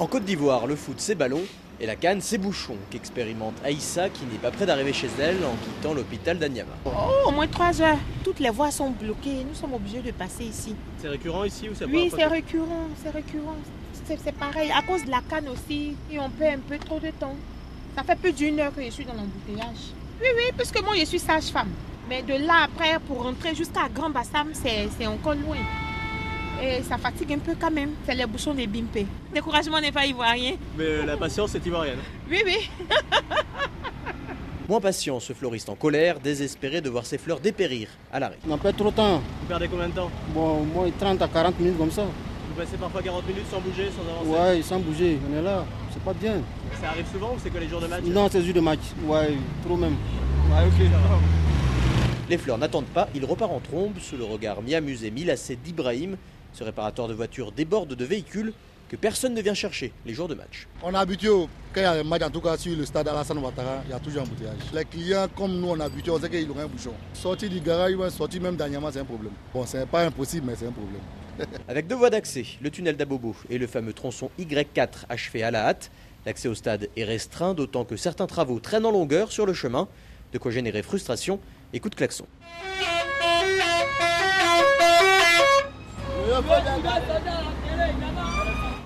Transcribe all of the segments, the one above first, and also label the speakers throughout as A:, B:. A: En Côte d'Ivoire, le foot c'est ballon et la canne c'est bouchon qu'expérimente Aïssa qui n'est pas près d'arriver chez elle en quittant l'hôpital d'Anyama.
B: Oh, au moins trois heures. Toutes les voies sont bloquées. Nous sommes obligés de passer ici.
A: C'est récurrent ici ou c'est
B: Oui, c'est récurrent, c'est récurrent. C'est c'est pareil. À cause de la canne aussi, et on perd un peu trop de temps. Ça fait plus d'une heure que je suis dans l'embouteillage. Oui, oui, puisque moi je suis sage-femme. Mais de là après, pour rentrer jusqu'à Grand Bassam, c'est c'est encore loin. Et ça fatigue un peu quand même. C'est les bouchons des Bimpe. Découragement n'est pas ivoirien.
A: Mais la patience est ivoirienne.
B: Oui, oui.
A: Moins patient, ce floriste en colère, désespéré de voir ses fleurs dépérir à l'arrêt.
C: On a pas trop de temps.
A: Vous perdez combien de temps
C: Bon, au moins 30 à 40 minutes comme ça.
A: Vous passez parfois 40 minutes sans bouger, sans avancer
C: Ouais, sans bouger, on est là. C'est pas bien.
A: Ça arrive souvent ou c'est que les jours de match
C: Non, c'est juste de match. Ouais, trop même.
A: Ah, ok. Les fleurs n'attendent pas, il repart en trombe sous le regard mi-amusé, mi-lassé d'Ibrahim. Ce réparateur de voitures déborde de véhicules que personne ne vient chercher les jours de match.
D: On est habitué, au- quand il y a un match, en tout cas sur le stade Alassane Ouattara, il y a toujours un bouteillage. Les clients, comme nous, on est habitué, on sait qu'il aura un bouchon. Sortir du garage ou un sortir même dernièrement, c'est un problème. Bon, c'est pas impossible, mais c'est un problème.
A: Avec deux voies d'accès, le tunnel d'Abobo et le fameux tronçon Y4 achevé à la hâte, l'accès au stade est restreint, d'autant que certains travaux traînent en longueur sur le chemin, de quoi générer frustration et coups de klaxon.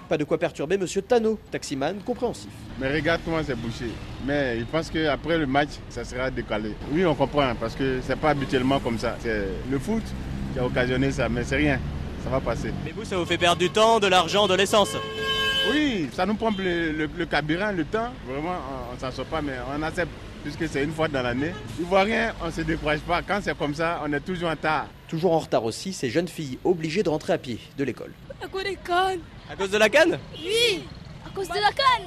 A: Pas de quoi perturber Monsieur Tano, taximan compréhensif.
E: Mais regarde comment c'est bouché. Mais je pense qu'après le match, ça sera décalé. Oui, on comprend, parce que c'est pas habituellement comme ça. C'est le foot qui a occasionné ça, mais c'est rien. Ça va passer.
F: Mais vous, ça vous fait perdre du temps, de l'argent, de l'essence.
E: Oui, ça nous prend le, le, le carburant, le temps. Vraiment, on, on s'en sort pas, mais on accepte, puisque c'est une fois dans l'année. Ivoirien, on se décourage pas. Quand c'est comme ça, on est toujours en retard.
A: Toujours en retard aussi, ces jeunes filles obligées de rentrer à pied de l'école.
G: À cause des connes.
F: À cause de la canne
G: À cause de la canne.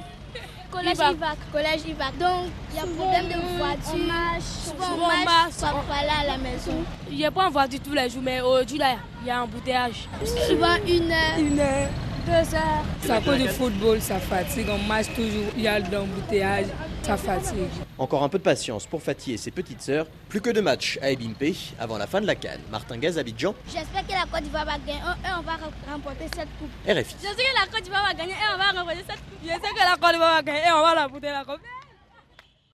H: Collège Ivac. Collège Ivac. Donc, il y a
G: Souvent,
H: problème de
G: on-
H: voiture.
G: on marche,
H: souvent
G: souvent, on
H: on
G: marche,
H: marche, soit pas là à la maison.
G: Il n'y a pas en voiture tous les jours, mais aujourd'hui, là, il y a un bouteillage.
H: Souvent une heure,
I: Une heure.
H: deux heures.
I: C'est à cause du football, ça fatigue. On marche toujours. Il y a de l'embouteillage, ça fatigue.
A: Encore un peu de patience pour Fatih et ses petites sœurs. Plus que deux matchs à Ebimpe avant la fin de la canne. Martin Gaz, Abidjan,
H: J'espère que la Côte d'Ivoire va gagner. Un, un, on va remporter cette coupe.
A: RFI.
G: Je sais que la Côte d'Ivoire va gagner et on va remporter cette coupe. Je sais que la Côte d'Ivoire va gagner et on va remporter la Coupe.